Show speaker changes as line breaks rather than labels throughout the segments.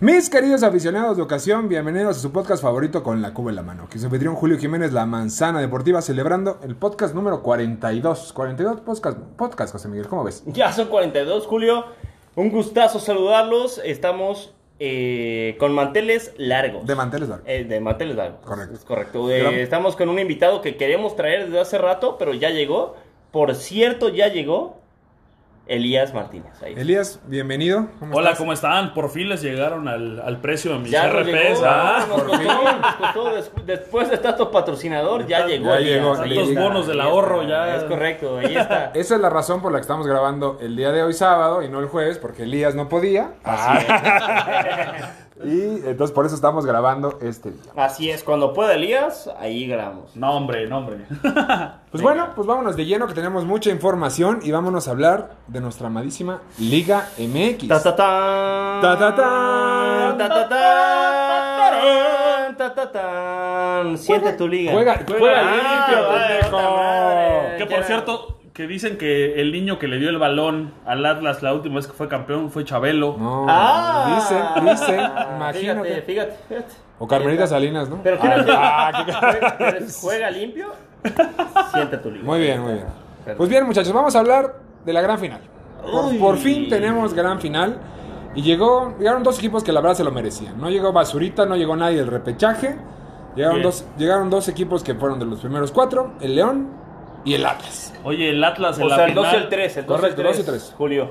Mis queridos aficionados de ocasión, bienvenidos a su podcast favorito con la cuba en la mano. Que su anfitrión Julio Jiménez, La Manzana Deportiva, celebrando el podcast número 42. 42 podcast, podcast José Miguel, ¿cómo ves?
Ya son 42, Julio. Un gustazo saludarlos. Estamos eh, con manteles largos.
De manteles largos.
Eh, de manteles largos.
Correcto.
Es correcto. Eh,
Gran-
estamos con un invitado que queremos traer desde hace rato, pero ya llegó. Por cierto, ya llegó Elías Martínez. Ahí.
Elías, bienvenido. ¿Cómo
Hola,
estás?
¿cómo están? Por fin les llegaron al, al precio de mis
Ya nos
RPs.
llegó,
¿ah?
nos
por
costó,
fin.
nos costó des- después de tanto patrocinador, ya llegó.
ya
Elías,
llegó,
ahí
tantos
está,
bonos del
ahí está,
ahorro, ya.
Es correcto, ahí está.
Esa es la razón por la que estamos grabando el día de hoy sábado y no el jueves, porque Elías no podía. y entonces por eso estamos grabando este día.
Así es, cuando pueda Elías, ahí grabamos.
No, hombre, no, hombre.
Pues bueno, pues vámonos de lleno que tenemos mucha información y vámonos a hablar de nuestra amadísima Liga MX.
Ta ta tan.
Ta, ta, tan.
Ta, ta, tan. Ta, ta, tan. Siente tu liga.
Juega, juega,
Ah,
limpio,
vale,
pendejo.
otra madre.
que
Ya.
por cierto, que dicen que el niño que le dio el balón al Atlas la última vez que fue campeón fue Chabelo.
No,
Ah.
dice, dice,
Ah, Fíjate,
imagínate.
fíjate, fíjate.
O Carmelita Salinas, ¿no?
Pero juega,
Ah,
juega- pero juega limpio. Siente tu liga.
Muy bien, muy bien. Pues bien, muchachos, vamos a hablar de la gran final. Por,
Uy.
por fin tenemos gran final. Y llegó, llegaron dos equipos que la verdad se lo merecían. No llegó Basurita, no llegó nadie del repechaje. Llegaron
Bien.
dos, llegaron dos equipos que fueron de los primeros cuatro, el León y el Atlas.
Oye, el Atlas en
O
la
sea, el 2 y
final.
el 3. El 2 y el
Correcto,
3.
dos y tres.
Julio.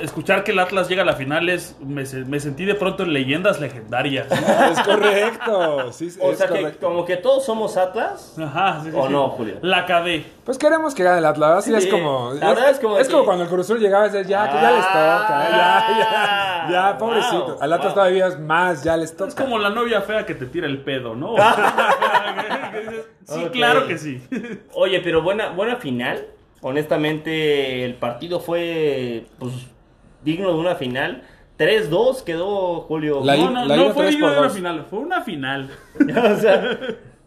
Escuchar que el Atlas llega a la final es, me, se- me sentí de pronto en leyendas legendarias.
Ah, Es correcto, sí,
O
es
sea, que
correcto.
como que todos somos Atlas.
Ajá, sí, sí,
¿O
sí.
no, Julio?
La acabé.
Pues queremos que gane el Atlas, así es
Sí,
como...
la verdad es como de que-
cuando el Cruz Azul llegaba y decías, ya, que ya les toca, ya,
Ah,
ya, ya, pobrecito.
wow,
al Atlas
wow.
todavía es más, ya les toca.
Es como la novia fea que te tira el pedo, ¿no? sí,
Ok.
claro que sí.
Oye, pero buena, buena final. Honestamente, el partido fue pues, digno de una final. 3-2 quedó Julio.
La-
¿no?
No, no,
ida
no fue
tres
digno
por
de una
dos.
final, fue una final.
O sea,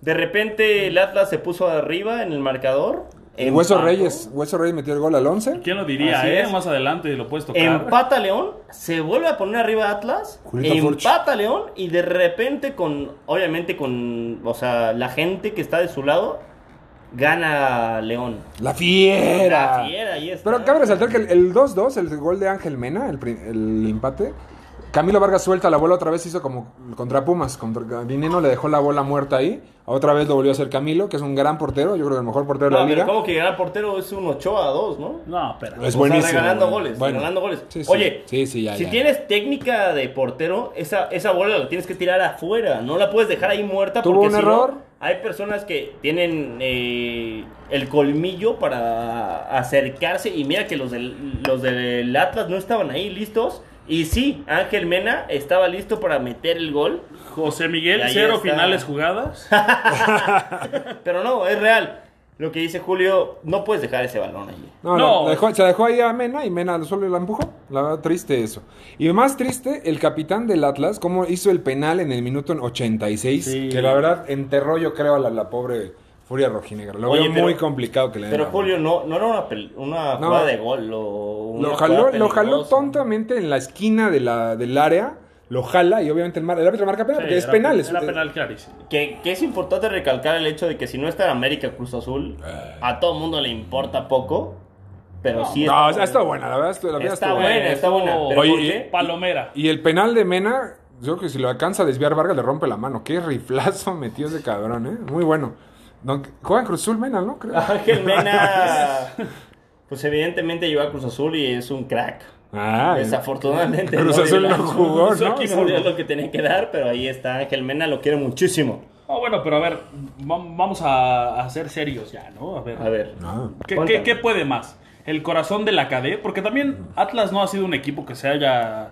de repente el Atlas se puso arriba en el marcador.
El Hueso
Empató.
Reyes, Hueso Reyes metió el gol al 11.
¿Quién lo diría,
Así
eh?
es.
Más adelante lo puedes tocar.
Empata León, se vuelve a poner arriba Atlas,
Julito Furch.
empata León y de repente con, obviamente con, o sea, la gente que está de su lado, gana León.
La fiera.
La fiera, ahí está.
Ah. Pero cabe resaltar que el- el 2-2, el gol de Ángel Mena, el, pri- el empate, Camilo Vargas suelta la bola otra vez, hizo como contra Pumas, contra Dineno le dejó la bola muerta ahí, otra vez lo volvió a hacer Camilo, que es un gran portero, yo creo que el mejor portero de
No,
la liga.
pero como que ganar portero es un 8 a 2, ¿no?
No, espera.
Es
O sea,
buenísimo.
regalando
güey.
goles,
Bueno.
regalando goles.
Sí, sí.
Oye,
Sí, sí, ya,
si
ya.
tienes técnica de portero, esa, esa bola la tienes que tirar afuera. No la puedes dejar ahí muerta
Tuvo
porque
un
si no,
error.
hay personas que tienen eh, el colmillo para acercarse. Y mira que los del, los del Atlas no estaban ahí listos. Y sí, Ángel Mena estaba listo para meter el gol.
José
Y
Miguel,
ahí
cero
está.
finales jugadas.
Pero no, es real. Lo que dice Julio, no puedes dejar ese balón ahí.
No,
No.
la- la dejó- se la dejó ahí a Mena y Mena solo la empujó. La verdad, triste eso. Y más triste, el capitán del Atlas, cómo hizo el penal en el minuto 86.
Sí.
Que la verdad enterró, yo creo, a la, la pobre Furia Rojinegra. Lo
Oye,
veo
pero-
muy complicado que le den
Pero
la
Julio, no, no era una, pel- una
No.
jugada de gol. Lo,
bola.
una
Lo jaló,
jugada
lo jaló
peligrosa.
tontamente en la esquina de la, del área. Lo jala y obviamente el, mar- el árbitro marca penal porque
Sí,
es
era-
penal. es-
Era
eh,
penal clarísimo.
Que, que es importante recalcar el hecho de que si no está en América Cruz Azul, a todo mundo le importa poco, pero sí
Eh. No, está, está buena, la verdad. estu- la verdad
eh. Está
estuvo
buena, está buena.
Estuvo-
Pero
Oye,
¿por
y-
qué?
Palomera.
Y el penal de Mena, yo creo que si lo alcanza a desviar Vargas le rompe la mano. Qué riflazo metió ese cabrón, ¿eh? Muy bueno. No, juega en Cruz Azul Mena, ¿no? Creo.
Ángel Mena, pues evidentemente lleva a Cruz Azul y es un crack.
Ah,
Desafortunadamente.
Cruz
dio
Azul
la-
no jugó,
Cruz
¿no?
Azul dio lo que tenía que dar, pero ahí está Ángel Mena, lo quiere muchísimo.
Ah, bueno, pero a ver, vam- vamos a, a ser serios ya, ¿no? A ver.
A ver.
no.
¿Qué,
Cuéntame.
qué- qué puede más? ¿El corazón de la KD? Porque también Atlas no ha sido un equipo que se haya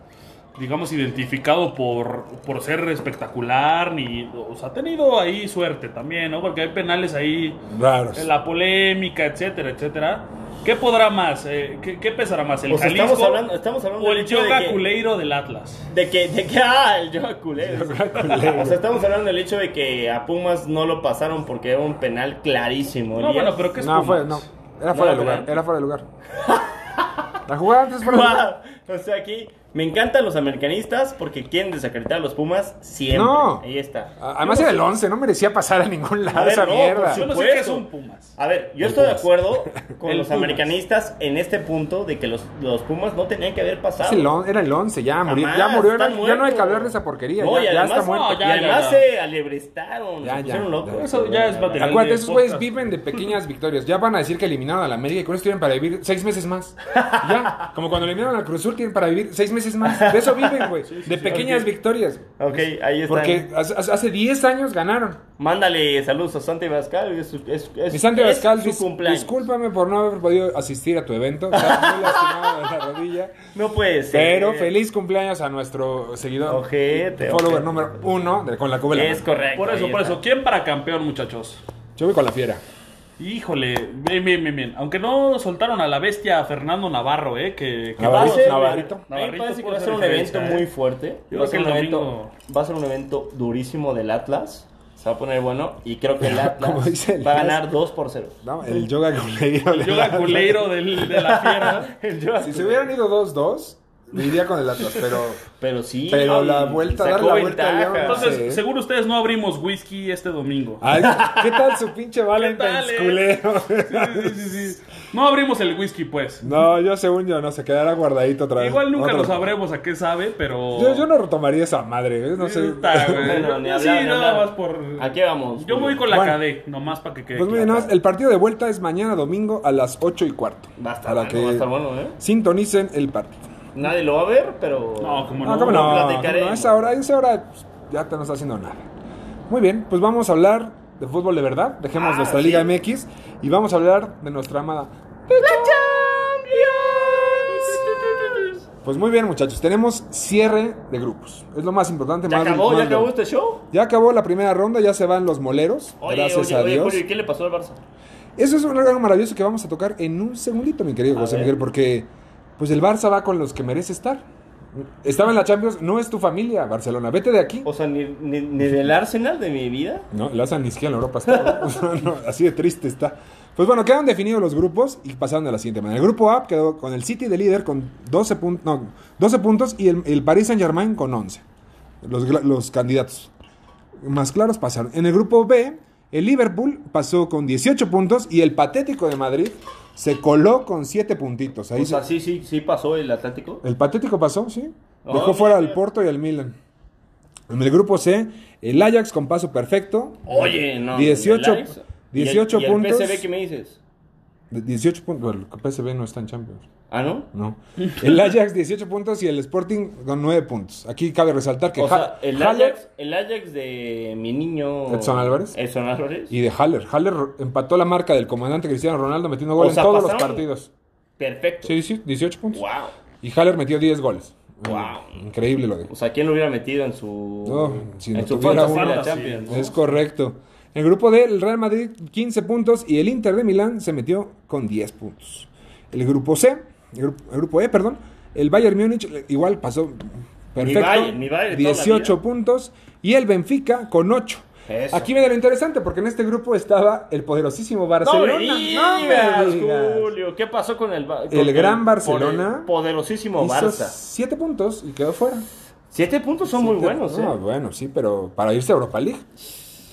digamos, identificado por, por ser espectacular, ni, o sea, ha tenido ahí suerte también, ¿no? Porque hay penales ahí,
Raros.
Pues,
eh, la polémica, etcétera, etcétera. ¿Qué podrá más? Eh, ¿qué, qué pesará más? ¿El
O sea,
Jalisco
Pues, estamos hablando- estamos hablando
o
del
el
hecho de
yoga
que-
culeiro del Atlas?
De que, de que, ah, el yoga culero.
culero.
O sea, estamos hablando del hecho de que a Pumas no lo pasaron porque era un penal clarísimo.
No,
Elías.
bueno, pero ¿qué es
No, fue, no.
Pumas?
Era fuera de
No,
lugar,
pero-
era fuera de lugar. La jugada antes fuera de lugar.
Wow. Ah, O sea, aquí me encantan los americanistas porque quieren desacreditar a los Pumas siempre.
No.
Ahí está.
A- Además era el 11, no merecía pasar a ningún lado
A ver,
esa
no,
mierda.
Yo
por
no sé qué
supuesto.
son Pumas.
A ver, yo estoy de acuerdo con
El
los
Pumas.
americanistas en este punto de que los, los Pumas no tenían que haber pasado.
Es el on- era el 11, ya, murió,
Jamás,
ya murió,
está
no- ya no hay que
muerto.
hablar de esa porquería,
No,
ya,
y
ya
además,
está muerto.
no,
ya,
y además
ya.
se
Ya,
alebrestaron, se
ya,
pusieron locos.
ya.
Eso ya es material.
Acuérdate,
de
esos güeyes
podcast.
viven de pequeñas victorias. Ya van a decir que eliminaron a la América y con eso tienen para vivir seis meses más. Ya, como cuando eliminaron al Cruz Azul tienen para vivir seis meses más. De eso viven, güey. de pequeñas victorias.
Ok, ahí está.
Porque hace hace 10 años ganaron.
Mándale saludos a Santi Vascal. Es, su- es, es-
Mi Santi
es
Pascal,
su
dis-
cumpleaños.
discúlpame por no haber podido asistir a tu evento. Estaba muy lastimado de la rodilla.
No puede ser. Eh,
Pero feliz cumpleaños a nuestro seguidor.
Ojete,
follower
ojete.
número uno de Con la Cubela.
Es correcto.
Por eso,
ahí
por
está.
eso. ¿Quién para campeón, muchachos?
Yo voy con la fiera.
Híjole, bien, bien, bien, bien. Aunque no soltaron a la bestia Fernando Navarro, ¿eh? Que, que
Navarro.
Va a ser,
Navarrito.
a mí me parece que
Navarrito puede
va a ser
hacer
un
diferencia,
evento
¿eh?
muy fuerte.
Yo
Va a,
creo que
ser un
el
evento,
domingo-
va a ser un evento durísimo del Atlas. Se va a poner bueno y creo que el
Como
Atlas
dice el
va a
Atlas.
ganar 2 por 0.
No, el yoga culeiro.
el
de
yoga
la-
culero del- de la fiera.
Si se hubieran ido 2-2, me iría con el Atlas, pero.
Pero sí.
Pero la
mm,
vuelta,
sacó
dar la vuelta al
ventaja.
León.
Entonces,
Sí.
seguro ustedes no abrimos whisky este domingo.
Ah.
Ay, ¿Qué tal su pinche
tal,
Valentine's
eh?
culero?
Sí, sí, sí. No abrimos el whisky, pues.
No, yo según yo, no, se quedará guardadito otra vez.
Igual nunca
Otro-
lo sabremos a qué sabe, pero.
Yo, yo no retomaría esa madre, güey, no sé.
Puta, güey.
Bueno, ni
Sí,
hablar, ni
nada
hablar.
más por.
¿A qué vamos?
Yo voy con la
Bueno.
KD, nomás para que quede.
Pues miren,
claro.
nada más, el partido de vuelta es mañana domingo a las 8 y cuarto.
Va a estar
Para
bueno, va a estar bueno, ¿eh?
Sintonicen el partido.
Nadie lo va a ver, pero.
No, como
No, cómo no,
lo
no,
platicaremos.
a esa hora, a esa hora pues, ya te no está haciendo nada. Muy bien, pues vamos a hablar de fútbol de verdad. Dejemos
Ah,
nuestra
sí.
Liga MX y vamos a hablar de nuestra amada. Pues muy bien, muchachos, tenemos cierre de grupos. Es lo más importante.
¿Ya
más-
acabó?
más
¿Ya acabó
grande.
este show?
Ya acabó la primera ronda, ya se van los moleros.
Oye,
gracias
oye,
a
oye,
Dios.
Julio, ¿y ¿qué le pasó al Barça?
Eso es un algo maravilloso que vamos a tocar en un segundito, mi querido
A
José
ver.
Miguel, porque pues el Barça va con los que merece estar. Estaba en la Champions, no es tu familia, Barcelona. Vete de aquí.
O sea, ni, ni, ni del Arsenal de mi vida.
No, la hacen ni siquiera en Europa está. ¿no? O sea, no, así de triste está. Pues bueno, quedan definidos los grupos y pasaron de la siguiente manera. El grupo A quedó con el City de líder con 12, pun- no, 12 puntos y el, el Paris Saint-Germain con 11. Los, gla- los candidatos más claros pasaron. En el grupo B, el Liverpool pasó con 18 puntos y el patético de Madrid se coló con 7 puntitos. Ahí Eh,
O sea,
se-
sí, sí, sí pasó el Atlético.
el patético pasó, sí.
Oh,
Dejó fuera
mira.
al Porto y al Milan. En el grupo C, el Ajax con paso perfecto.
Oye, no.
18
el Ajax.
18
¿Y el,
puntos.
¿Y el PSV qué me dices?
De- 18 puntos. Bueno, el PSV no está en Champions.
¿Ah, no?
No. El Ajax 18 puntos y el Sporting con 9 puntos. Aquí cabe resaltar que
O sea,
Ha-
el
Haller
Ajax, el Ajax de mi niño...
Edson Álvarez.
Edson Álvarez.
y de Haller. Haller empató la marca del comandante Cristiano Ronaldo metiendo goles
sea,
en todos los
pasaron.
partidos.
Perfecto.
Sí, sí, 18 puntos.
Wow.
Y Haller metió 10 goles.
Wow.
Increíble lo de.
O sea, ¿quién lo hubiera metido en su...
No, si
en
no
su
tuviera
fantasy de
uno.
la Champions? ¿no?
Es correcto. En el grupo D, el Real Madrid 15 puntos y el Inter de Milán se metió con 10 puntos. El grupo C, el grup- el grupo, E, perdón, el Bayern Múnich eh, igual pasó perfecto.
Bayern, mi Bayern de toda la
18
vida.
puntos y el Benfica con 8.
Eso.
Aquí viene lo interesante porque en este grupo estaba el poderosísimo
No
Barcelona.
me digas,
digas.
Julio. ¿Qué pasó con el... Ba- con
El gran Barcelona
poder- Poderosísimo
Hizo
Barça.
7 puntos y quedó fuera.
Siete puntos son muy buenos, ¿eh?
No, Bueno, sí, pero para irse a Europa League.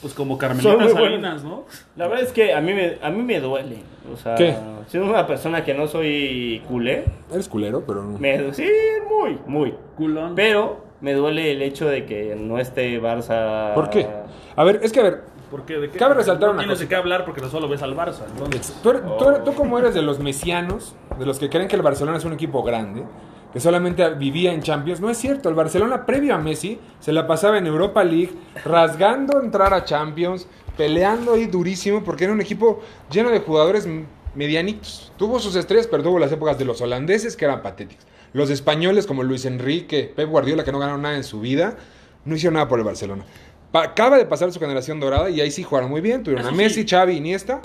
Pues como
Son
Carmelita
muy buenos.
Salinas, ¿no?
La verdad es que a mí me, a mí me duele. O sea,
¿Qué?
siendo una persona que no soy culé,
Eres culero, pero no.
me du- sí, muy, muy.
Culón.
Pero me duele el hecho de que no esté Barça.
¿Por qué? A ver, es que a ver,
Porque de qué-
Cabe resaltar
no
una
tienes de
cosa.
qué hablar porque no solo ves al Barça. Entonces,
tú, eres- tú eres- tú como eres de los mesianos, de los que creen que el Barcelona es un equipo grande, que solamente vivía en Champions, no es cierto. El Barcelona previo a Messi se la pasaba en Europa League, rasgando entrar a Champions, peleando ahí durísimo, porque era un equipo lleno de jugadores m- medianitos. Tuvo sus estrellas, pero tuvo las épocas de los holandeses que eran patéticos. Los españoles como Luis Enrique, Pep Guardiola, que no ganaron nada en su vida, no hicieron nada por el Barcelona. Pa- acaba de pasar su generación dorada y ahí sí jugaron muy bien. Tuvieron a
Eso sí.
Messi, Xavi, Iniesta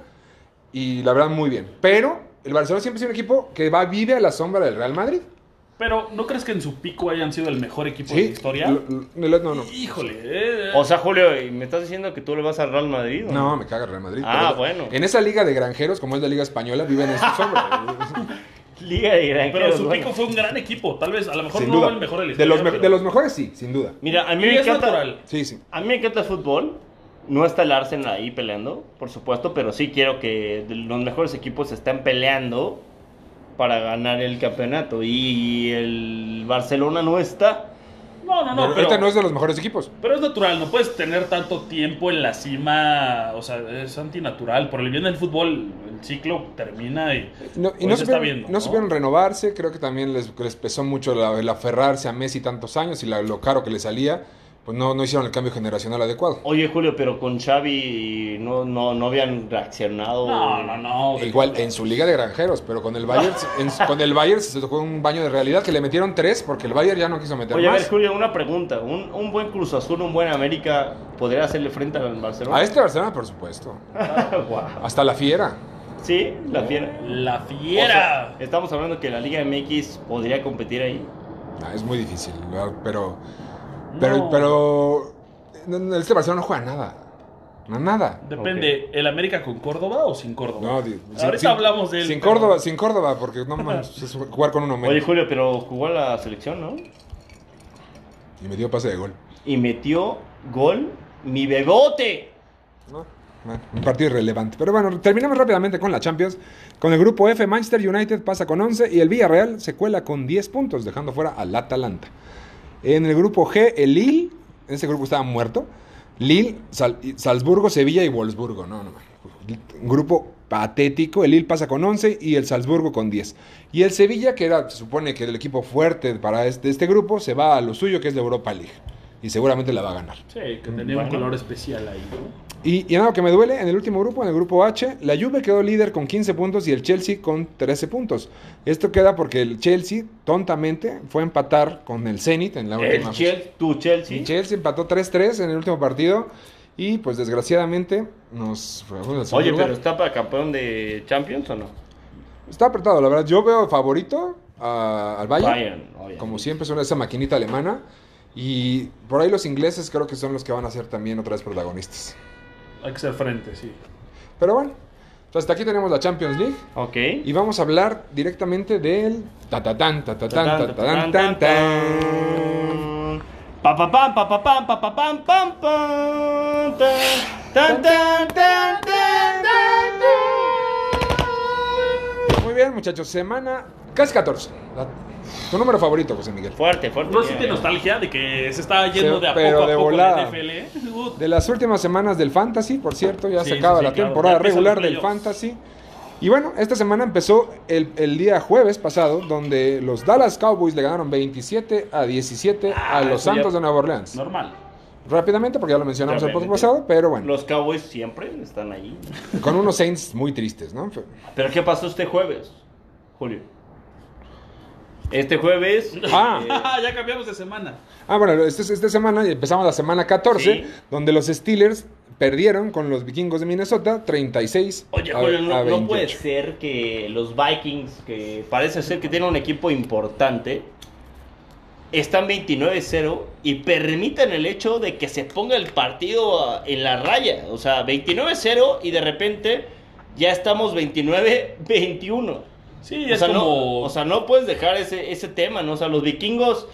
y la verdad muy bien. Pero el Barcelona siempre es un equipo que va vive a la sombra del Real Madrid.
Pero, ¿no crees que en su pico hayan sido el mejor equipo de la historia?
L- l- No, no.
Híjole. eh,
O sea, Julio, ¿y ¿me estás diciendo que tú le vas al Real Madrid? o
No, me caga el Real Madrid.
Ah,
pero
bueno.
En esa liga de granjeros, como es la liga española, viven en su sombra.
Liga de
pero
Granjeros.
su
bueno.
pico fue un gran equipo. Tal vez, a lo mejor
sin
no
duda.
el mejor de la
de,
historia.
los me-
pero-
de los mejores, sí, sin duda.
Mira, a mí
Y
me
es
encanta.
natural.
Sí, sí.
A mí me encanta el fútbol. No está el Arsenal ahí peleando, por supuesto, pero sí quiero que de los mejores equipos estén peleando para ganar el campeonato. Y el Barcelona no está.
No, no,
Pero
no. pero-
ahorita no es de los mejores equipos.
Pero es natural, no puedes tener tanto tiempo en la cima, o sea, es antinatural. Por el bien del fútbol, el ciclo termina y,
No, y
pues,
no, supieron,
se está viendo.
no supieron renovarse, creo que también les, les pesó mucho la- el aferrarse a Messi tantos años y la- lo caro que le salía, pues no, no hicieron el cambio generacional adecuado.
Oye, Julio, pero con Xavi no, no, no habían reaccionado.
No, no, no. de-
Igual en su liga de granjeros, pero con el Bayern, en- con el Bayern se tocó un baño de realidad que le metieron tres porque el Bayern ya no quiso meter
Oye, a ver,
más.
Julio, una pregunta. ¿Un, un buen Cruz Azul, un buen América, podría hacerle frente al Barcelona?
A este Barcelona, por supuesto.
Guau.
Hasta la fiera.
Sí, la fiera.
La
O sea,
fiera.
estamos hablando que la Liga MX podría competir ahí.
Ah, es muy difícil, ¿verdad? pero. Pero.
No.
pero no, no, este Barcelona no juega nada. No, nada.
Depende, ¿el América con Córdoba o sin Córdoba?
No, di-
Ahorita hablamos de él,
Sin
pero-
Córdoba, sin Córdoba, porque no mames, es jugar con uno
Oye,
menos.
Julio, pero jugó a la selección, ¿no?
Y me dio pase de gol.
Y metió gol mi bebote.
¿no? Bueno, un partido irrelevante. Pero bueno, terminamos rápidamente con la Champions. Con el grupo F, Manchester United pasa con 11 y el Villarreal se cuela con 10 puntos, dejando fuera al Atalanta. En el grupo G, el Lille, ese grupo estaba muerto. Lille, Sal- y- Salzburgo, Sevilla y Wolfsburgo. No, no, un grupo patético. El Lille pasa con 11 y el Salzburgo con 10. Y el Sevilla, que era, se supone que era el equipo fuerte para este, este grupo, se va a lo suyo, que es la Europa League. Y seguramente la va a ganar.
Sí, que tenía un color especial ahí, ¿no?
Y, y algo que me duele, en el último grupo, en el grupo H, la Juve quedó líder con 15 puntos y el Chelsea con 13 puntos. Esto queda porque el Chelsea, tontamente, fue a empatar con el Zenit en la
El
última
Chelsea, tu Chelsea.
El Chelsea empató 3-3 en el último partido y, pues, desgraciadamente, nos fuimos al segundo
Oye,
lugar.
pero está para campeón de Champions o no?
Está apretado, la verdad. Yo veo favorito a- al Bayern.
Bayern, obviamente.
Como siempre, son esa maquinita alemana. Y por ahí los ingleses creo que son los que van a ser también otra vez protagonistas.
Hay que ser frente, sí.
Pero bueno, pues, hasta aquí tenemos la Champions League.
Ok.
Y vamos a hablar directamente del tatatán, tatatán, tatatán, tan, tan.
Pa, pa, pam, pa, pa, pam, pa, pa, pam, pam, pam, tan, tan, tan, tan, tan, tan, tan.
Muy bien, muchachos, semana casi 14. La- tu número favorito, José Miguel.
Fuerte, fuerte.
¿No siente nostalgia de que se está yendo
Sí,
de a
pero
poco a
de
poco
volada.
la NFL? eh? Uh,
De las últimas semanas del Fantasy, por cierto, ya
Sí,
se
sí,
acaba
sí,
la
claro.
temporada
Ya empiezan
regular
los
del
playoffs.
Fantasy. Y bueno, esta semana empezó el, el día jueves pasado, donde los Dallas Cowboys le ganaron 27 a 17
Ah,
a los
eso ya-
Santos de Nueva Orleans.
Normal.
Rápidamente, porque ya lo mencionamos el podcast
Obviamente.
pasado, pero bueno,
Los Cowboys siempre están ahí.
con unos Saints muy tristes, ¿no?
¿Pero qué pasó este jueves, Julio? Este jueves. eh,
Ah.
ya cambiamos de semana.
Ah, bueno, este- esta semana empezamos la semana 14,
Sí.
donde los Steelers perdieron con los vikingos de Minnesota 36
Oye,
a-
Julio,
a
no, no
28.
puede ser que los Vikings, que parece ser que tienen un equipo importante, están 29-0 y permitan el hecho de que se ponga el partido ah, en la raya. O sea, 29-0 y de repente ya estamos 29-21.
Sí,
O
es
sea, no,
como...
o sea, no puedes dejar ese, ese tema, ¿no? O sea, los vikingos,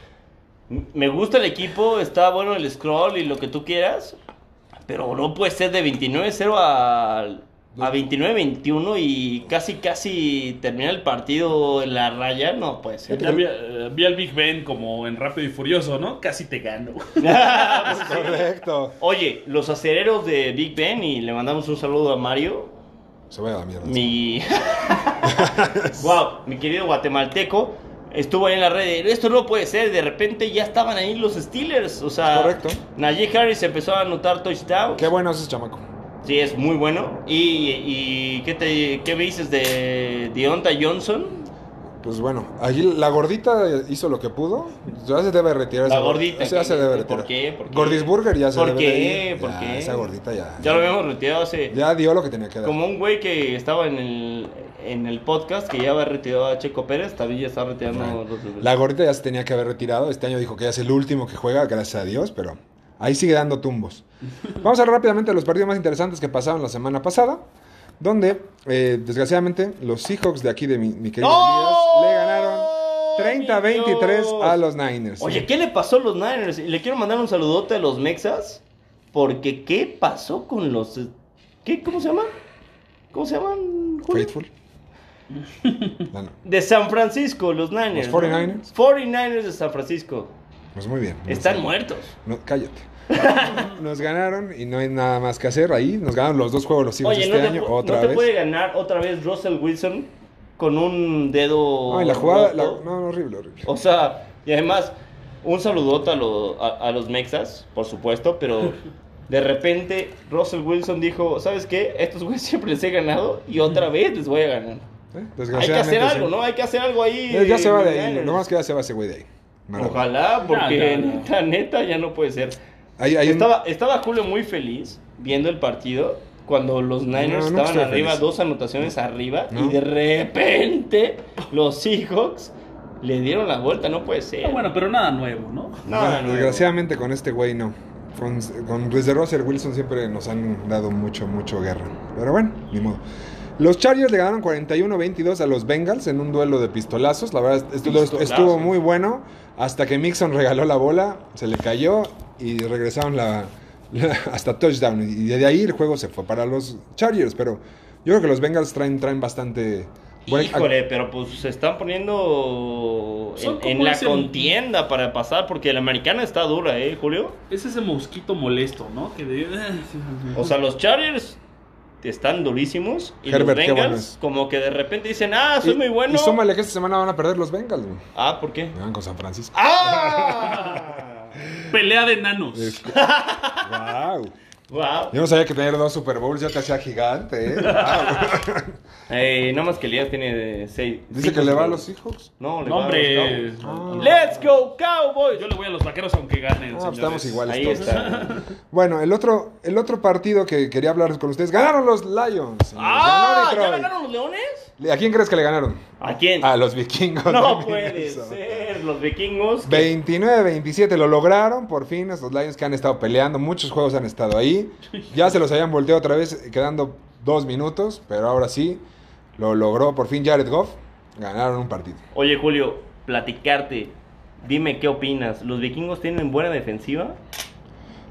m- me gusta el equipo, está bueno el scroll y lo que tú quieras, pero no puede ser de 29-0 al- a, 29-21 y casi, casi terminar el partido en la raya, no puede ser.
Ya vi, eh, vi al Big Ben como en Rápido y Furioso, ¿no? Casi te gano.
Correcto.
Oye, los acereros de Big Ben y le mandamos un saludo a Mario,
Se vaya a la mierda.
Mi. wow, mi querido guatemalteco estuvo ahí en la red. de, Esto no puede ser. De repente ya estaban ahí los Steelers. O sea,
Correcto.
Najee Harris empezó a anotar touchdowns.
Qué bueno es ese chamaco.
Sí, es muy bueno. ¿Y, y qué, te, qué me dices de Deonta Johnson?
Pues bueno, allí la gordita hizo lo que pudo. Ya se debe retirar.
La
esa
gordita.
esa Ya se debe retirar.
¿Por qué? ¿Por qué?
Gordisburger ya se
¿Por
debe
qué?
de ir.
¿Por
Ya,
qué?
Esa gordita ya.
Ya lo habíamos retirado hace.
Ya dio lo que tenía que dar.
Como un güey que estaba en el, en el podcast que ya había retirado a Checo Pérez, también ya está retirando a los Red Bull.
La gordita ya se tenía que haber retirado. Este año dijo que ya es el último que juega, gracias a Dios, pero ahí sigue dando tumbos. Vamos a ver rápidamente los partidos más interesantes que pasaron la semana pasada, donde, eh, desgraciadamente, los Seahawks de aquí de mi, mi querido Elías
¡No!
le ganaron 30-23 a los Niners.
Oye, ¿qué le pasó a los Niners? Y Le quiero mandar un saludote a los Mexas. Porque, ¿qué pasó con los. ¿Qué? ¿Cómo se llaman? ¿Cómo se llaman? Julio?
Faithful. No, no.
De San Francisco, los Niners.
¿Los 49ers?
¿no? 49ers de San Francisco.
Pues muy bien.
Están muertos.
No, cállate. Nos ganaron y no hay nada más que hacer ahí. Nos ganaron los dos juegos los Seahawks
Oye,
este
no, te,
año,
pu-
otra
no te
vez.
puede ganar otra vez Russell Wilson con un dedo.
Ay, Ah, la jugada. la-
roto?
no, no, horrible, horrible.
O sea, y además, un saludote a, lo- a- a los mexas, por supuesto, pero de repente Russell Wilson dijo, ¿sabes qué? Estos güeyes siempre les he ganado y otra vez les voy a ganar.
Eh,
Hay que hacer
desgraciadamente,
algo,
sí.
¿no? Hay que hacer algo ahí.
Eh, Ya se va de ahí.
Niners.
Lo más que ya se va ese güey de ahí. Maradona.
Ojalá, porque
Ya, ya, ya.
neta, neta, ya no puede ser.
Ahí, ahí
Estaba, estaba Julio muy feliz viendo el partido cuando los
nunca
Niners estaban
estoy
arriba,
feliz.
dos anotaciones arriba,
No.
y de repente los Seahawks le dieron la vuelta, no puede ser.
Ah, bueno, pero nada nuevo, ¿no?
No,
Ah,
no, no.
desgraciadamente con este güey no. Con, con- desde Russell Wilson siempre nos han dado mucho, mucho guerra. Pero bueno, ni modo. Los Chargers le ganaron 41-22 a los Bengals en un duelo de pistolazos. La verdad, este duelo
Pistolazos.
estuvo muy bueno. Hasta que Mixon regaló la bola, se le cayó y regresaron la, la- hasta touchdown. Y de ahí el juego se fue para los Chargers. Pero yo creo que los Bengals traen, traen bastante. buen-
Híjole, pero pues se están poniendo
Son
en,
como
en la
ese-
contienda para pasar, porque la americana está dura, ¿eh, Julio?
Es ese mosquito molesto, ¿no? Que de- eh,
O sea, los Chargers están durísimos y
Herbert,
los
qué
Bengals
bueno es.
como que de repente dicen, ah, soy
Y-
muy bueno.
Y súmale que esta semana van a perder los Bengals. güey.
Ah, ¿por qué?
Me van con San Francisco.
¡Ah!
Pelea de enanos.
Este, wow.
wow.
Yo no sabía que tener dos Super Bowls ya te hacía gigante, ¿eh? Wow.
Eh, no más que Elías tiene eh, seis.
Dice
cinco
que le va a los
segundos.
Seahawks.
No, le
No,
va a
hombre.
los
Ah.
Cowboys. ¡Let's go, Cowboys!
Yo le voy a los vaqueros aunque ganen.
Ah, pues
señores.
estamos iguales
Ahí
todos.
está.
Bueno, el otro, el otro partido que quería hablar con ustedes. ¡Ganaron los Lions!
¡Ah!
Ganó
¿Ya
Detroit.
ganaron los leones?
¿A quién crees que le ganaron?
¿A quién?
A los vikingos.
No
de
puede
Minnesota.
ser, los vikingos. que-
29-27 lo lograron, por fin, estos Lions que han estado peleando, muchos juegos han estado ahí, ya se los habían volteado otra vez, eh, quedando dos minutos, pero ahora sí, lo logró por fin Jared Goff, ganaron un partido.
Oye, Julio, platicarte. Dime qué opinas. ¿Los vikingos tienen buena defensiva?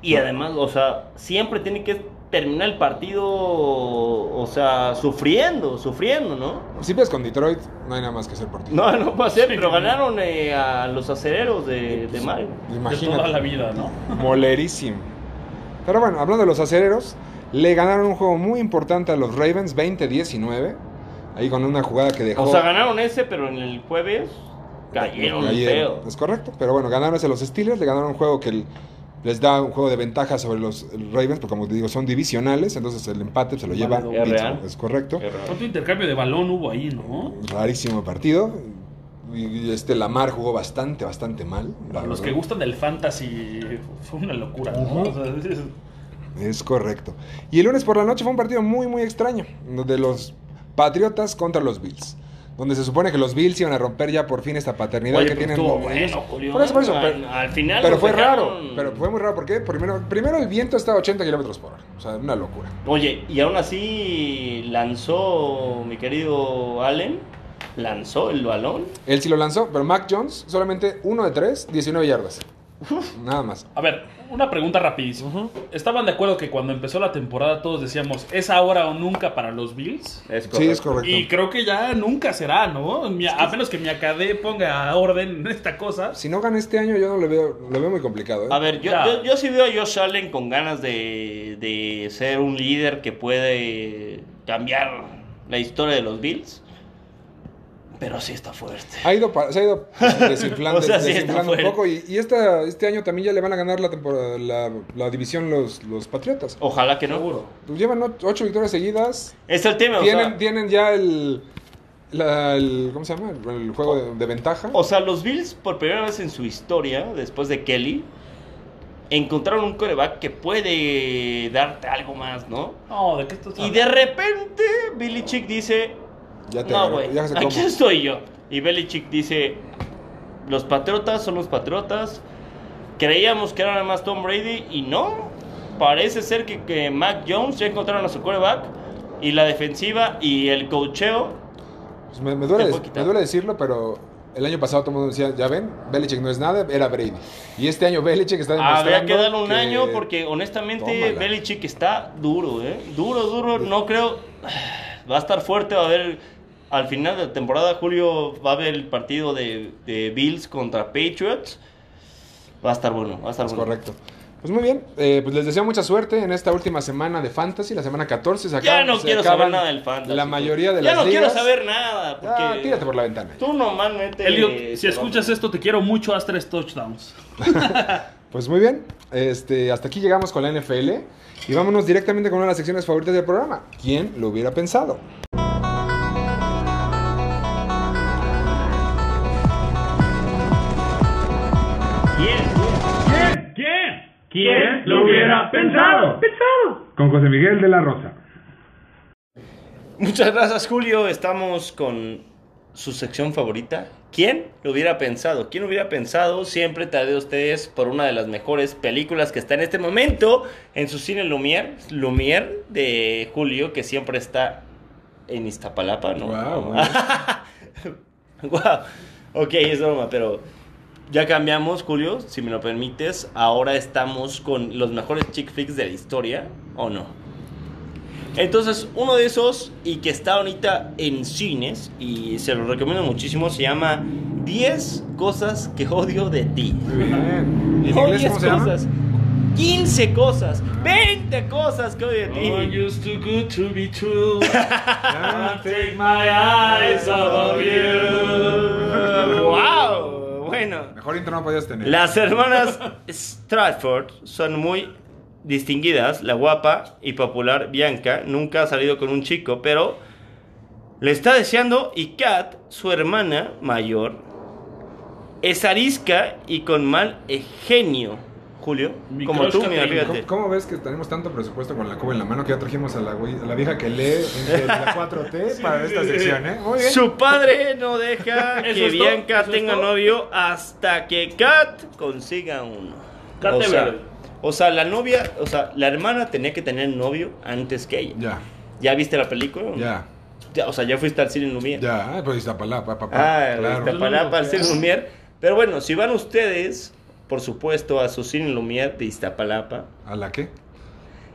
Y además, o sea, siempre tienen que terminar el partido, o sea, sufriendo, sufriendo, ¿no?
Si ves con Detroit, no hay nada más que hacer por ti.
No, no puede ser, pero ganaron eh, a los acereros de, de Mario.
De
Imagínate.
toda la vida, ¿no?
Molerísimo. Pero bueno, hablando de los acereros, le ganaron un juego muy importante a los Ravens, 20-19. Ahí con una jugada que dejó.
O sea, ganaron ese, pero en el jueves cayeron feo.
Cayeron. Es correcto, pero bueno, ganaron ese a los Steelers, le ganaron un juego que les da un juego de ventaja sobre los Ravens, porque como te digo, son divisionales, entonces el empate se lo lleva.
Válido.
Es real.
Pittsburgh, Es correcto.
Qué raro.
¿Cuánto intercambio de balón hubo ahí, no?
Rarísimo partido. Y este Lamar jugó bastante, bastante mal. la
Para los que
verdad.
gustan del fantasy, fue una locura, ¿no?
Ujú.
O sea, es- es-
Es correcto. Y el lunes por la noche fue un partido muy, muy extraño, de los Patriotas contra los Bills, donde se supone que los Bills iban a romper ya por fin esta paternidad
Oye,
que
pero
tienen.
estuvo bueno, Julio. ¿eh?
Por eso, por eso,
Al-
pero-
al final
Pero
nos
fue raro,
dejaron-
pero fue muy raro, porque primero, primero el viento está a 80 kilómetros por hora, o sea, una locura.
Oye, y aún así lanzó mi querido Allen, lanzó el balón.
Él sí lo lanzó, pero Mac Jones solamente 1 de 3, 19 yardas. Nada más.
A ver, una pregunta rapidísima. ¿Estaban de acuerdo que cuando empezó la temporada todos decíamos, es ahora o nunca para los Bills?
Sí, es correcto.
Y creo que ya nunca será, ¿no? Mi- a menos que mi acadé ponga orden en esta cosa.
Si no gana este año, yo no lo veo, lo veo muy complicado. ¿eh?
A ver, yo,
Ya.
yo, yo sí veo a Josh Allen con ganas de, de ser un líder que puede cambiar la historia de los Bills. Pero sí está fuerte.
Ha ido, pa- se ha ido desinflando,
O sea, sí,
desinflando un
está
poco. Y, y esta, este año también ya le van a ganar la, temporada, la, la división los, los Patriotas. Pues
Ojalá que no.
Llevan ocho, ocho victorias seguidas.
Es el tema, o
Tienen,
sea,
tienen ya el, la- el- ¿Cómo se llama? El, el juego de, de ventaja.
O sea, los Bills, por primera vez en su historia, después de Kelly, encontraron un coreback que puede darte algo más, ¿no?
No, ¿de qué estás
Y
hablando?
de repente, Billy Chick dice:
ya te
No,
agarró,
güey,
ya se
aquí
cómo.
estoy yo. Y Belichick dice: Los patriotas son los patriotas. Creíamos que era nada más Tom Brady y no. Parece ser que, que Mac Jones ya encontraron a su quarterback y la defensiva y el cocheo.
Pues me, me duele,
Te
des-
puedo quitar.
me duele decirlo, pero el año pasado todo el mundo decía, ya ven, Belichick no es nada, era Brady. Y este año Belichick está demostrando
Habría que darle un
que-
año porque honestamente
Tómala.
Belichick está duro, ¿eh? Duro, duro. No creo. Va a estar fuerte, va a haber. Al final de la temporada, Julio, va a haber el partido de, de Bills contra Patriots. Va a estar bueno, va a estar
Es
bueno.
correcto. Pues muy bien, eh, pues les deseo mucha suerte en esta última semana de Fantasy, la semana 14. Se
Ya
acaban-
no
se
quiero
acaban
saber nada del fantasy. pues.
La mayoría de
Ya
las
no quiero
ligas.
saber nada. Porque
Ah, tírate por la ventana.
Tú normalmente.
Elliot, si
te
escuchas esto, te quiero mucho, haz tres touchdowns.
Pues muy bien, este, hasta aquí llegamos con la NFL y vámonos directamente con una de las secciones favoritas del programa. ¿Quién lo hubiera pensado?
¿Quién? ¿Quién? ¿Quién lo hubiera pensado? Pensado. Con José Miguel de la Rosa.
Muchas gracias, Julio. Estamos con su sección favorita. ¿Quién lo hubiera pensado? ¿Quién hubiera pensado? Siempre traeré a ustedes por una de las mejores películas que está en este momento en su cine Lumière. Lumière de Julio, que siempre está en Iztapalapa, ¿no?
Guau, muy
Guau. Ok, es broma, pero ya cambiamos, Julio, si me lo permites. Ahora estamos con los mejores chick flicks de la historia, ¿o no? Entonces, uno de esos y que está ahorita en cines y se lo recomiendo muchísimo se llama 10 cosas que odio de ti.
Muy bien. ¿Y en
No
inglés
10
cómo se llama?
cosas, 15 cosas, 20 cosas que odio de ti.
Oh, you're too good to be true.
Ah,
Can't take my eyes off of you.
wow, bueno.
Mejor intro no podías tener.
Las hermanas Stratford son muy distinguidas. La guapa y popular Bianca nunca ha salido con un chico, pero le está deseando y Kat, su hermana mayor, es arisca y con mal genio. Julio,
Mi
como tú,
crush
mira,
Catrina.
fíjate.
¿Cómo, cómo ves que tenemos tanto presupuesto con la cuba en la mano que ya trajimos a la, güey- a la vieja que lee en la 4T para esta sección, eh? Muy bien.
Su padre no deja
¿Eso
que
es todo?
Bianca
¿Eso es
tenga
todo?
novio hasta que Kat consiga uno.
Kat
o,
de
sea,
verde.
o sea, la novia, o sea, la hermana tenía que tener novio antes que ella.
Ya,
¿Ya viste la película? o no?
ya,
Ya, O sea, ya fuiste al cine Lumière.
ya, pues Iztapalapa, papá.
Ah,
claro.
Iztapalapa, al cine Lumière. Pero bueno, si van ustedes, por supuesto, a su cine Lumière de Iztapalapa
¿A la qué?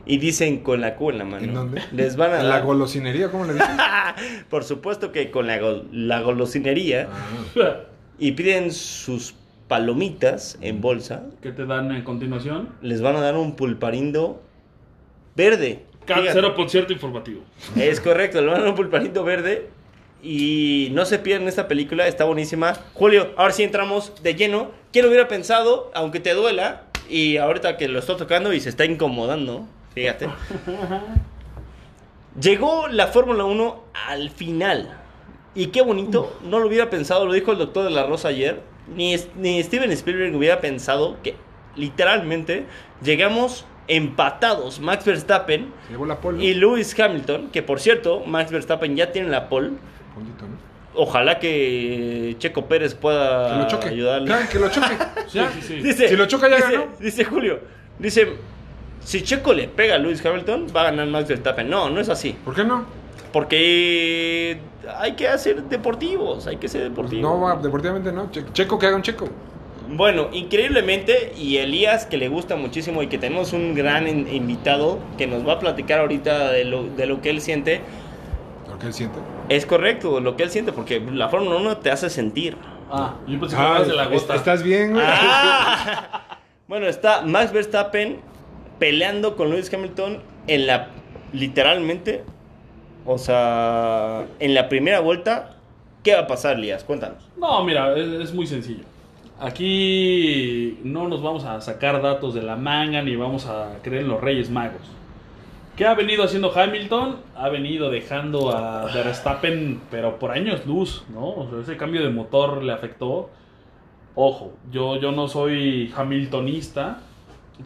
y dicen con la Q en la mano.
¿En dónde?
Les van a
la
dar.
golosinería? ¿Cómo le dicen?
por supuesto que con la, gol- la
Ah.
golosinería. y piden sus palomitas en bolsa,
¿Qué te dan en continuación?
les van a dar un pulparindo verde.
Cat,
Fíjate.
cero concierto informativo.
Es correcto, le van a dar un pulparindo verde. Y no se pierdan esta película, está buenísima. Julio, ahora sí entramos de lleno. ¿Quién lo hubiera pensado, aunque te duela? Y ahorita que lo está tocando y se está incomodando, fíjate. Llegó la Fórmula 1 al final. Y qué bonito, no lo hubiera pensado, lo dijo el doctor de la Rosa ayer. Ni, es- ni Steven Spielberg hubiera pensado que literalmente llegamos empatados. Max Verstappen
Se llevó la polo.
y Lewis Hamilton, que por cierto, Max Verstappen ya tiene la pole.
Puntito, ¿no?
Ojalá que Checo Pérez
Que lo
pueda
choque.
Ah, ayudarle.
Claro, que lo choque.
Sí, sí, sí.
Dice,
Si lo choca, ya
dice,
ganó.
Dice Julio, dice, si Checo le pega a Lewis Hamilton, va a ganar Max Verstappen. No, no es así.
¿Por qué no?
Porque hay que hacer deportivos, hay que ser
Pues
deportivos.
no, va, deportivamente no. Che- checo que haga un checo.
Bueno, increíblemente, y Elías, que le gusta muchísimo y que tenemos un gran in- invitado que nos va a platicar ahorita de lo, de lo que él siente,
¿Por qué él siente?
es correcto lo que él siente, porque la Fórmula 1 te hace sentir.
Ah, yo
Pues
pensé que
Ah,
hablabas de la
est-
gota.
¿Estás bien, güey?
Ah. Bueno, está Max Verstappen peleando con Lewis Hamilton en la. Literalmente. O sea. En la primera vuelta. ¿Qué va a pasar, Lías? Cuéntanos.
No, mira, es, es muy sencillo. Aquí no nos vamos a sacar datos de la manga ni vamos a creer en los Reyes Magos. ¿Qué ha venido haciendo Hamilton? Ha venido dejando a Verstappen, pero por años luz, ¿no? O sea, ese cambio de motor le afectó. Ojo, yo, yo no soy hamiltonista,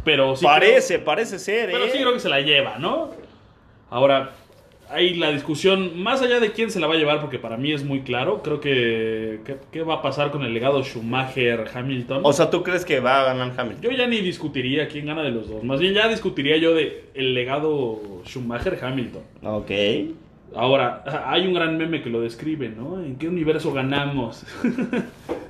pero sí. creo-
parece, parece ser,
pero
¿eh?
sí creo que se la lleva, ¿no? Ahora, hay la discusión, más allá de quién se la va a llevar, porque para mí es muy claro, creo que. que- ¿Qué va a pasar con el legado Schumacher-Hamilton?
O sea, ¿tú crees que va a ganar Hamilton?
Yo ya ni discutiría quién gana de los dos. Más bien ya discutiría yo de el legado Schumacher-Hamilton.
Ok.
Ahora, hay un gran meme que lo describe, ¿no? ¿En qué universo ganamos?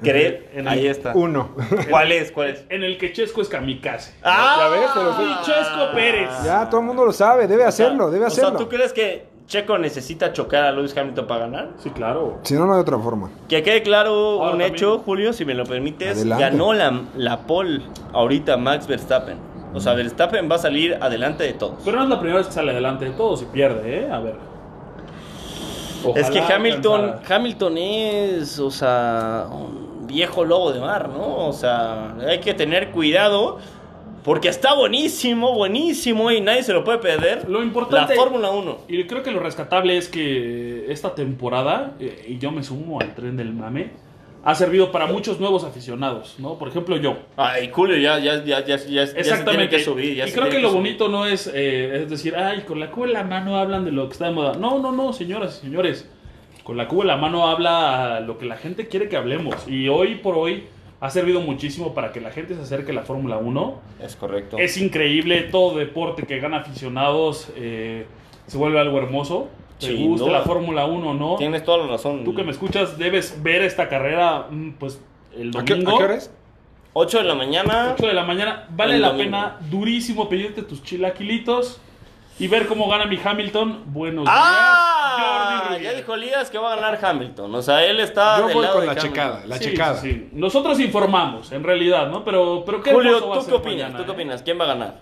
¿Cree?
En el-
Ahí está.
Uno.
¿Cuál es? ¿Cuál es?
en el que Chesco es kamikaze.
¡Ah!
ves, pero sí.
Y Chesco Pérez.
Ya, todo el mundo lo sabe, debe hacerlo, debe
O sea,
hacerlo.
¿tú crees que Checo necesita chocar a Lewis Hamilton para ganar?
Sí, claro.
Si no, no hay otra forma.
Que quede claro
Ahora
un
también-
hecho, Julio, si me lo permites.
Adelante.
Ganó la, la pole ahorita Max Verstappen. O
Mm.
sea, Verstappen va a salir adelante de todos.
Pero no es la primera vez que sale adelante de todos y pierde, ¿eh? A ver. Ojalá
es que Hamilton,
alcanzara.
Hamilton es, o sea, un viejo lobo de mar, ¿no? O sea, hay que tener cuidado porque está buenísimo, buenísimo y nadie se lo puede perder.
Lo importante-
La Fórmula 1.
Y creo que lo rescatable es que esta temporada, eh, y yo me sumo al tren del mame, ha servido para muchos nuevos aficionados, ¿no? Por ejemplo, yo.
Ay, Julio, ya, ya, ya, ya, ya, ya se tiene
Exactamente.
que subir. ya
y
se
creo
tiene
que lo
subir.
bonito no es, eh, es decir, ay, con la Q en la mano hablan de lo que está de moda. No, no, no, señoras y señores. Con la Q en la mano habla lo que la gente quiere que hablemos. Y hoy por hoy ha servido muchísimo para que la gente se acerque a la Fórmula 1.
Es correcto.
Es increíble todo deporte que gana aficionados. eh, se vuelve algo hermoso. Te
Sin
gusta
duda.
la Fórmula 1 o no.
Tienes toda la razón.
Tú que me escuchas debes ver esta carrera mm, pues el
¿A qué,
domingo.
a qué hora es?
8 de la mañana.
8 de la mañana. Vale
El
la
domingo.
pena durísimo pedirte tus chilaquilitos y ver cómo gana mi Hamilton. Buenos días,
¡Ah!
Jordi
Ya
Ruggiero.
dijo Elías que va a ganar Hamilton. O sea, él está.
Yo
Ah, del
voy
lado
con
de
la
Hamilton.
checada, la
Sí,
checada.
sí, sí. Nosotros informamos, en realidad, ¿no? Pero, pero qué
Julio,
hermoso va a
¿tú qué
ser
opinas?
mañana,
¿Tú qué
¿eh?
opinas? ¿Quién va a ganar?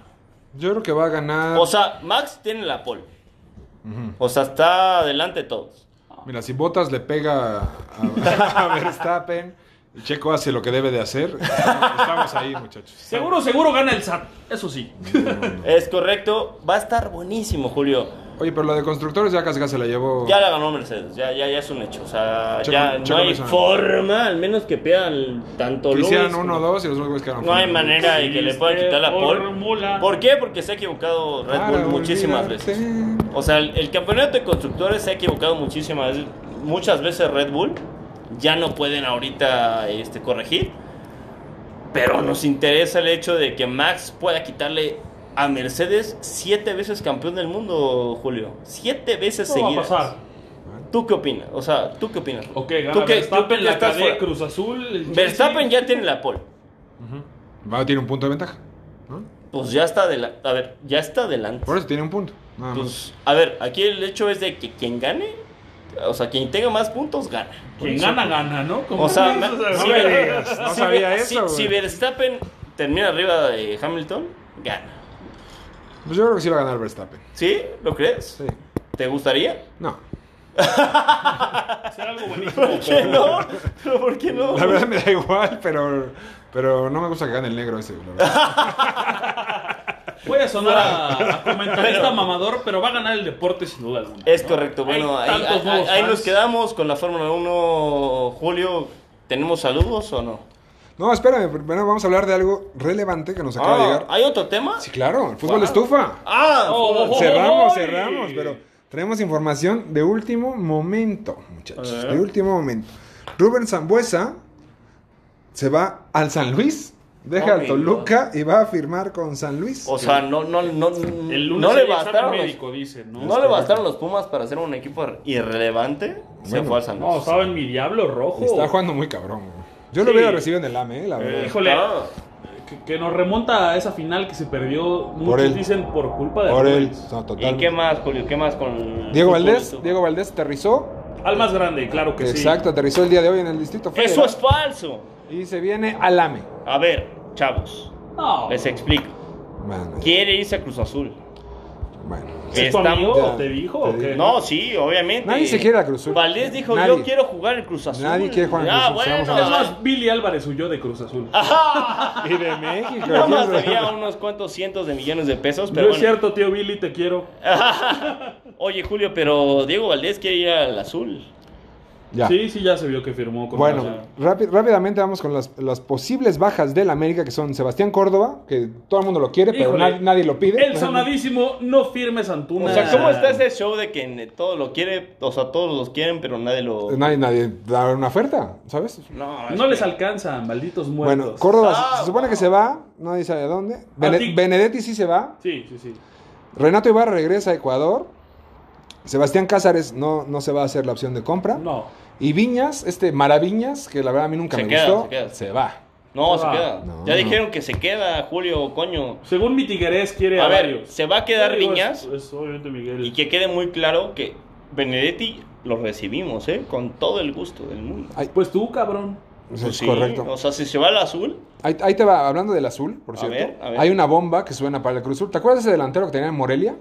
Yo creo que va a ganar.
Ah.
O sea, Max tiene la pole. O sea, está delante de todos.
Mira, si Botas le pega a, a Verstappen, y Checo hace lo que debe de hacer, estamos, estamos ahí, muchachos.
Seguro, seguro gana el SAT. Eso sí.
Es correcto. Va a estar buenísimo, Julio.
Oye, pero la de constructores ya casi casi se la llevó.
Ya la ganó Mercedes. Ya, ya, ya es un hecho. O sea,
Checo-
ya
Checo
no hay
Luis, ¿no?
forma, al menos que pegan tanto
Que
Lewis
hicieran
como-
uno o dos y los otros güeyes quedaron
No hay
fuera.
manera de que le puedan quitar la pole.
Fórmula.
¿Por qué? Porque se ha equivocado Red
Para
Bull muchísimas
olvidarte.
veces. O sea, el, el campeonato de constructores se ha equivocado muchísimas veces. Muchas veces Red Bull ya no pueden ahorita este, corregir. Pero nos interesa el hecho de que Max pueda quitarle a Mercedes siete veces campeón del mundo, Julio. Siete veces
No va a
seguidas.
pasar.
¿Tú qué opinas? O sea, ¿tú qué opinas?
Ok,
¿Tú
gana
qué- tú
Verstappen,
qué
la
estás
cadena
fuera?
Cruz Azul. el
Verstappen
Chelsea.
ya tiene la pole.
Va, tiene un punto de ventaja.
Pues ya está adelante. A ver, ya está adelante.
Por eso tiene un punto. Nada más.
Pues, a ver, aquí el hecho es de que quien gane, o sea, quien tenga más puntos gana.
Quien gana, gana, ¿no? Como
O sea,
dices,
na-
a
sí,
ver.
ve-
digas, no
sí,
sabía
ve-
eso,
sí,
güey.
Si Verstappen termina arriba de Hamilton, gana.
Pues yo creo que sí va a ganar Verstappen.
¿Sí? ¿Lo crees?
Sí.
¿Te gustaría?
No.
Será algo
¿Por
buenísimo.
qué no? ¿Pero por qué no?
La verdad me da igual, pero, pero no me gusta que gane el negro ese, la verdad.
Puede sonar a, a comentarista
Pero-
mamador, pero va a ganar el deporte sin duda alguna.
Es correcto, bueno,
Hay
ahí,
tantos
ahí-
nuevos
ahí
fans.
nos quedamos con la Fórmula 1, Julio. ¿Tenemos saludos o no?
No, espérame, primero vamos a hablar de algo relevante que nos acaba de
Ah,
llegar.
¿Hay otro tema?
Sí, claro, el fútbol
Wow.
estufa.
Ah,
Oh, oh,
Cerramos,
¡Ay!
cerramos, pero tenemos información de último momento, muchachos. De último momento. Rubén Zambuesa se va al San Luis, deja
Oh,
al
mi
Toluca y va a firmar con San Luis.
O sea, no, no, no,
El lunes
no le
hay examen
bastaron. los-
médico, dice, ¿no?
Este,
¿No le bastaron los Pumas para ser un equipo irrelevante? Se
Bueno,
fue al San
No,
Luis.
estaba en mi diablo rojo.
Está jugando muy cabrón. güey. Yo lo
uh. Sí.
hubiera recibido en el AME, eh, la
Eh,
verdad.
híjole,
Ah.
que, que nos remonta a esa final que se perdió, muchos
él.
dicen por culpa de
Por él.
Rubens.
No,
¿Y
totalmente.
qué más, Julio? ¿Qué más con
Diego
el
Valdés,
fútbol?
Diego Valdés aterrizó.
Al más grande, claro que
Exacto, aterrizó el día de hoy en el Distrito Federal.
Eso es falso.
Y se viene al AME.
A ver, chavos,
sí. No.
les explico.
Man,
Quiere irse a Cruz Azul.
Bueno.
¿Es tu
Estamos-
amigo?
Ya,
¿Te dijo? o qué?
No, sí, obviamente.
Nadie se quiere a Cruz Azul.
Valdés dijo,
Nadie.
yo quiero jugar en Cruz Azul.
Nadie quiere jugar en
Ah,
Cruz Azul,
bueno,
seamos
Es más, Billy Álvarez huyó de Cruz Azul.
Ah,
Y de México.
Nada más
¿quién sabe?
debía unos cuantos cientos de millones de pesos,
no
pero
es
bueno.
cierto, tío Billy, te quiero.
Oye, Julio, pero Diego Valdés quiere ir al azul.
Ya.
Sí, sí, ya se vio que firmó con
Bueno,
Cruz Azul.
rápi- rápidamente vamos con las, las posibles bajas del América, que son Sebastián Córdoba, que todo el mundo lo quiere, pero
Híjole.
nadie, nadie lo pide.
El sonadísimo no firme Santuna.
O sea, ¿cómo está ese show de que todo lo quiere, o sea, todos los quieren, pero nadie lo...
Nadie, nadie da una oferta, ¿sabes?
No,
No les alcanzan, malditos muertos.
Bueno, Córdoba
Ah,
se supone que se va, nadie sabe a dónde. Bene-
ti-
Benedetti sí se va.
Sí, sí, sí.
Renato Ibarra regresa a Ecuador. Sebastián Cázares no, no se va a hacer la opción de compra.
No.
Y Viñas, este Maraviñas, que la verdad a mí nunca
Se
me
queda,
gustó,
se queda.
va.
No, se
Ah,
queda.
no,
ya
no.
dijeron que se queda, Julio, coño.
Según mi tiguerés quiere
A
a,
ver,
varios.
se va a quedar
Sí, digo,
Viñas
es- es obviamente Miguel.
y que quede muy claro que Benedetti lo recibimos, ¿eh? Con todo el gusto del mundo.
Pues tú, cabrón.
Eso
Pues
es
sí,
correcto.
O sea, si se va al azul,
Ahí, ahí te va, hablando del azul, por
A
cierto.
ver, a ver.
Hay una bomba que suena para el Cruz Azul. ¿Te acuerdas de ese delantero que tenía en Morelia?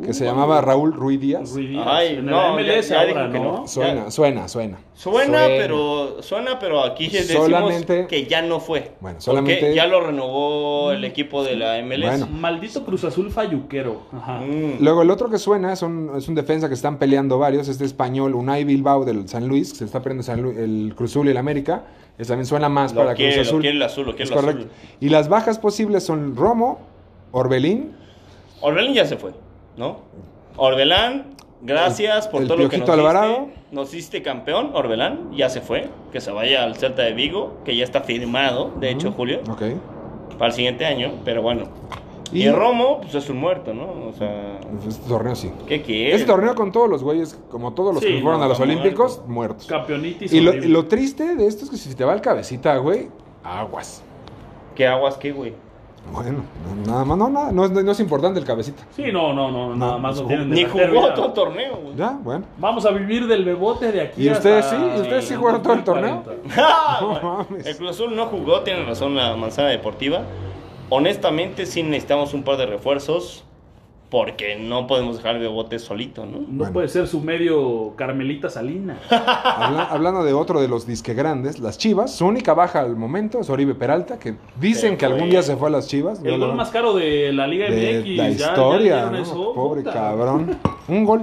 Que
Uh,
se llamaba Raúl Ruiz Díaz.
Ruiz Díaz.
Ay,
en
no,
el
ya-
MLS
ya
ahora,
dijo que
¿no?
no.
Suena,
Ya.
suena, suena.
suena, pero suena, pero aquí decimos
Solamente-
que ya no fue.
Bueno, solamente-
Porque ya lo renovó el equipo de la MLS.
Bueno.
Maldito Cruz Azul falluquero. Ajá.
Mm.
Luego el otro que suena es un, es un defensa que están peleando varios, este español, Unai Bilbao del San Luis, que se está peleando San Lu- el Cruz Azul y el América. Ese también suena más
Lo
para
quiere,
Cruz
lo
Azul.
quiere el azul, lo quiere
es
el azul.
correcto. Y las bajas posibles son Romo, Orbelín,
Orbelín ya se fue, ¿no? Orbelán, gracias por
El- el
todo lo que nos
Piojito Alvarado.
diste. Nos hiciste campeón, Orbelán, ya se fue. Que se vaya al Celta de Vigo, que ya está firmado, de hecho, Julio,
ok,
para el siguiente año, pero bueno.
Y-
Y, Romo, pues es un muerto, ¿no? O sea,
este torneo sí.
¿qué quiere?
Este torneo con todos los güeyes, como todos los
Sí,
que fueron
no,
a los
está
Olímpicos, muertos.
Campeonitis.
Y lo,
horrible.
y lo triste de esto es que si te va el cabecita, güey, aguas.
¿Qué aguas, qué, güey?
Bueno, no- nada más, no, nada, no, es- no es importante el cabecita.
Sí, no, no, no, nada más no
jugó-
tienen
Ni
delantero,
jugó
ya.
otro torneo, güey.
Ya, bueno.
Vamos a vivir del bebote de aquí.
¿Y ustedes
hasta-
sí? ¿Y ustedes sí jugaron todo el torneo?
40.
Ah,
No
bueno.
mames.
El Cruz Azul no jugó, tiene razón la manzana deportiva. Honestamente, sí necesitamos un par de refuerzos. Porque no podemos dejar de bote solito, ¿no?
No
Bueno.
puede ser su medio Carmelita Salina.
Habla- hablando de otro de los disque grandes, las Chivas, su única baja al momento es Oribe Peralta, que dicen
Se
que algún
fue.
día se fue a las Chivas. No
El
lo-
gol más caro de la
de
Liga MX.
la
ya- ya
historia,
vieron
¿no?
eso,
Pobre
puta.
cabrón. Un gol,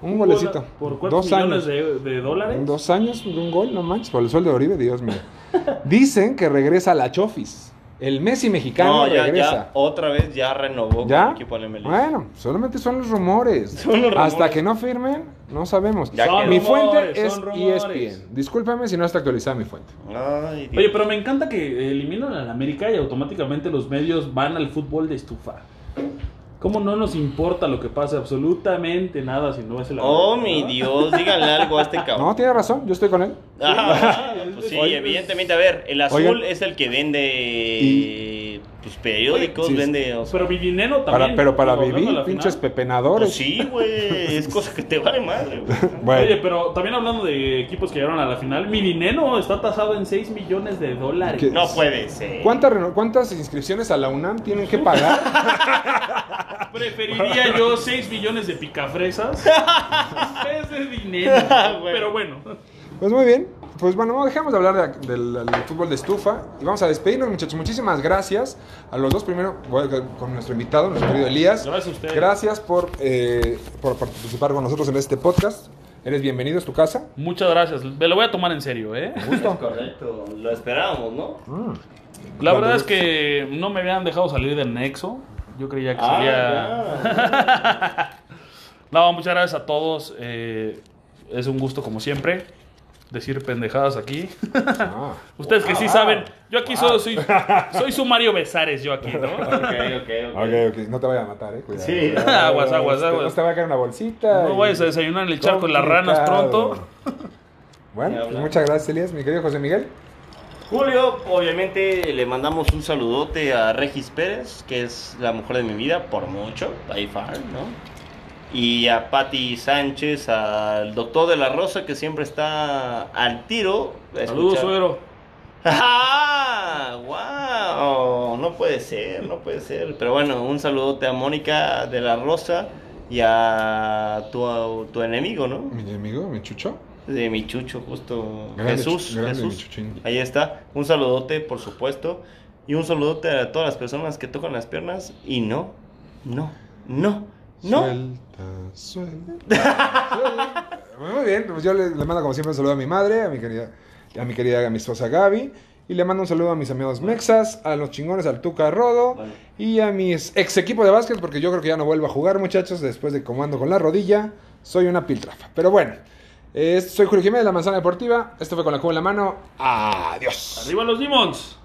un,
gol
golecito.
¿Por cuántos millones de, de dólares?
Dos años, un gol, no manches, por el sueldo de Oribe, Dios mío. Dicen que regresa la Chofis. El Messi mexicano
No, ya, ya,
regresa.
otra vez ya renovó
¿Ya?
con el equipo de MLS.
Bueno, solamente son los rumores.
Son los
Hasta
rumores.
que no firmen, no sabemos.
Ya
Son
quedó.
Mi
rumores,
fuente es E
son rumores.
ESPN. Discúlpame si no está actualizada mi fuente.
Ay, Dios.
Oye, pero me encanta que eliminan al América y automáticamente los medios van al fútbol de estufa. ¿Cómo no nos importa lo que pase? Absolutamente nada si no es el
Oh,
América,
mi
¿no?
Dios, díganle algo a este
No,
cabrón.
tiene razón, yo estoy con él.
Ah, pues sí,
Oye,
evidentemente, a ver, el azul
Oigan.
es el que
Y-
vende pues, periódicos,
Sí, sí.
vende... o sea,
Pero mi dinero también.
Para, pero para
digo, hablando de
vivir,
la
pinches
final.
pepenadores.
pues sí, güey, es cosa que te vale madre, güey.
Bueno,
Oye, pero también hablando de equipos que llegaron a la final, mi dinero está tasado en 6 millones de dólares.
¿Qué?
No puede ser.
¿cuántas, reno- ¿cuántas inscripciones a la UNAM tienen que pagar?
Ah, Preferiría yo 6 millones de picafresas en vez de dinero. Pero bueno.
Pues muy bien. Pues bueno, no dejamos de hablar de- del, del fútbol de estufa y vamos a despedirnos, muchachos. Muchísimas gracias a los dos. Primero, voy a- con nuestro invitado, nuestro querido Elías.
Gracias a ustedes.
Gracias por, eh, por participar con nosotros en este podcast. Eres bienvenido, es tu casa.
Muchas gracias. Me lo voy a tomar en serio, ¿eh?
Gusto.
Correcto, lo esperábamos, ¿no?
Ah.
La verdad es que no me habían dejado salir del Nexo. Yo creía
Ah,
que sería. No, muchas gracias a todos. eh, es un gusto, como siempre, decir pendejadas aquí.
Ah.
Ustedes que sí saben, yo aquí solo soy, soy su Mario Besares, yo aquí, ¿no?
ya. Ok, ok, ok.
Ok, ok, no te vaya a matar, eh. Cuidado.
Sí.
Aguas, aguas,
Este,
aguas.
No te va a caer una bolsita.
No
y-
vayas a desayunar en el charco de las ranas
Complicado.
pronto.
Bueno,
Ya
pues
hablamos.
muchas gracias, Elías, mi querido José Miguel.
Julio, obviamente le mandamos un saludote a Regis Pérez, que es la mujer de mi vida, por mucho, by far, ¿no? Y a Patti Sánchez, al doctor de la Rosa, que siempre está al tiro. de
Saludos,
escuchar-
suegro.
¡Ah! ¡Wow! No puede ser, no puede ser. Pero bueno, un saludote a Mónica de la Rosa, y a tu, a tu enemigo, ¿no?
Mi amigo, mi chucho.
De mi chucho, justo.
Grande
Jesús.
chu- grande mi
Jesús.
chuchín.
Ahí está. Un saludote, por supuesto. Y un saludote a todas las personas que tocan las piernas. Y no, no, no, no.
Suelta, suelta. suelta. Muy bien, pues yo le, le mando como siempre un saludo a mi madre, a mi querida, a mi querida, a mi esposa Gaby. Y le mando un saludo a mis amigos Mexas, a los chingones al Tuca Rodo
Vale.
y a mis ex equipo de básquet, porque yo creo que ya no vuelvo a jugar, muchachos, después de comando con la rodilla. Soy una piltrafa. Pero bueno, eh, soy Julio Jiménez de la Manzana Deportiva. Esto fue con la cuba en la mano. Adiós.
Arriba los Demons.